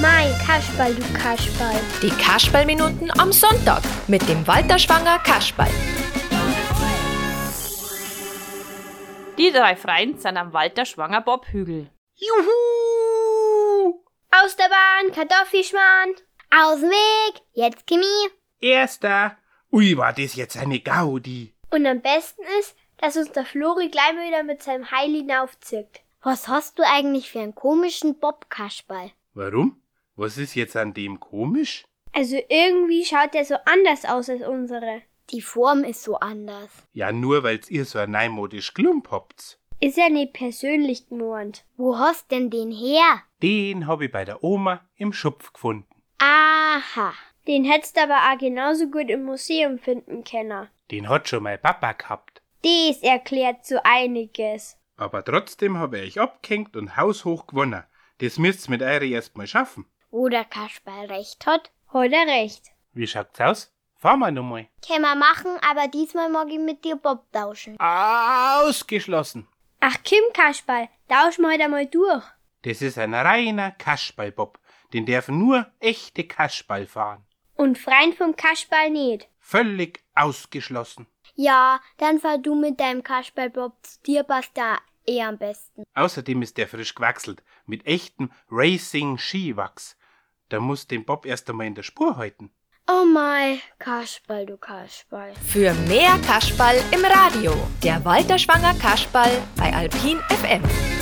Mein Kasperl, du Kasperl. Die Kasperlminuten am Sonntag mit dem Walter Schwanger Kasperl. Die drei Freien sind am Walter Schwanger Bob Hügel. Juhu! Aus der Bahn, Kartoffelschmarrn. Aus dem Weg, jetzt Chemie. Erster. Ui, war das jetzt eine Gaudi. Und am besten ist, dass uns der Flori gleich mal wieder mit seinem Heil hinaufzirkt. Was hast du eigentlich für einen komischen Bob-Kasperl? Warum? Was ist jetzt an dem komisch? Also irgendwie schaut der so anders aus als unsere. Die Form ist so anders. Ja, nur weil's ihr so ein neimodisch Klump habt. Ist ja nicht persönlich gemeint. Wo hast denn den her? Den hab ich bei der Oma im Schopf gefunden. Aha. Den hättest du aber auch genauso gut im Museum finden können. Den hat schon mein Papa gehabt. Dies erklärt so einiges. Aber trotzdem hab ich euch abgehängt und haushoch gewonnen. Das müsst's mit eure erstmal schaffen. Wo der Kasperl recht hat, Hat er recht. Wie schaut's aus? Fahren wir nochmal. können wir machen, aber diesmal mag ich mit dir Bob tauschen. Ausgeschlossen. Ach Kim Kasperl, tausch mal heute einmal durch. Das ist ein reiner Kaschballbob. Den dürfen nur echte Kaschball fahren. Und freien vom Kasperl nicht. Völlig ausgeschlossen. Ja, dann fahr du mit deinem Kasperl Bob zu dir, passt da eh am besten. Außerdem ist der frisch gewachselt. Mit echtem Racing-Skiwachs. Da muss den Bob erst einmal in der Spur halten. Oh mein, Kasperl, du Kasperl. Für mehr Kasperl im Radio. Der Walter Schwanger Kasperl bei Alpin FM.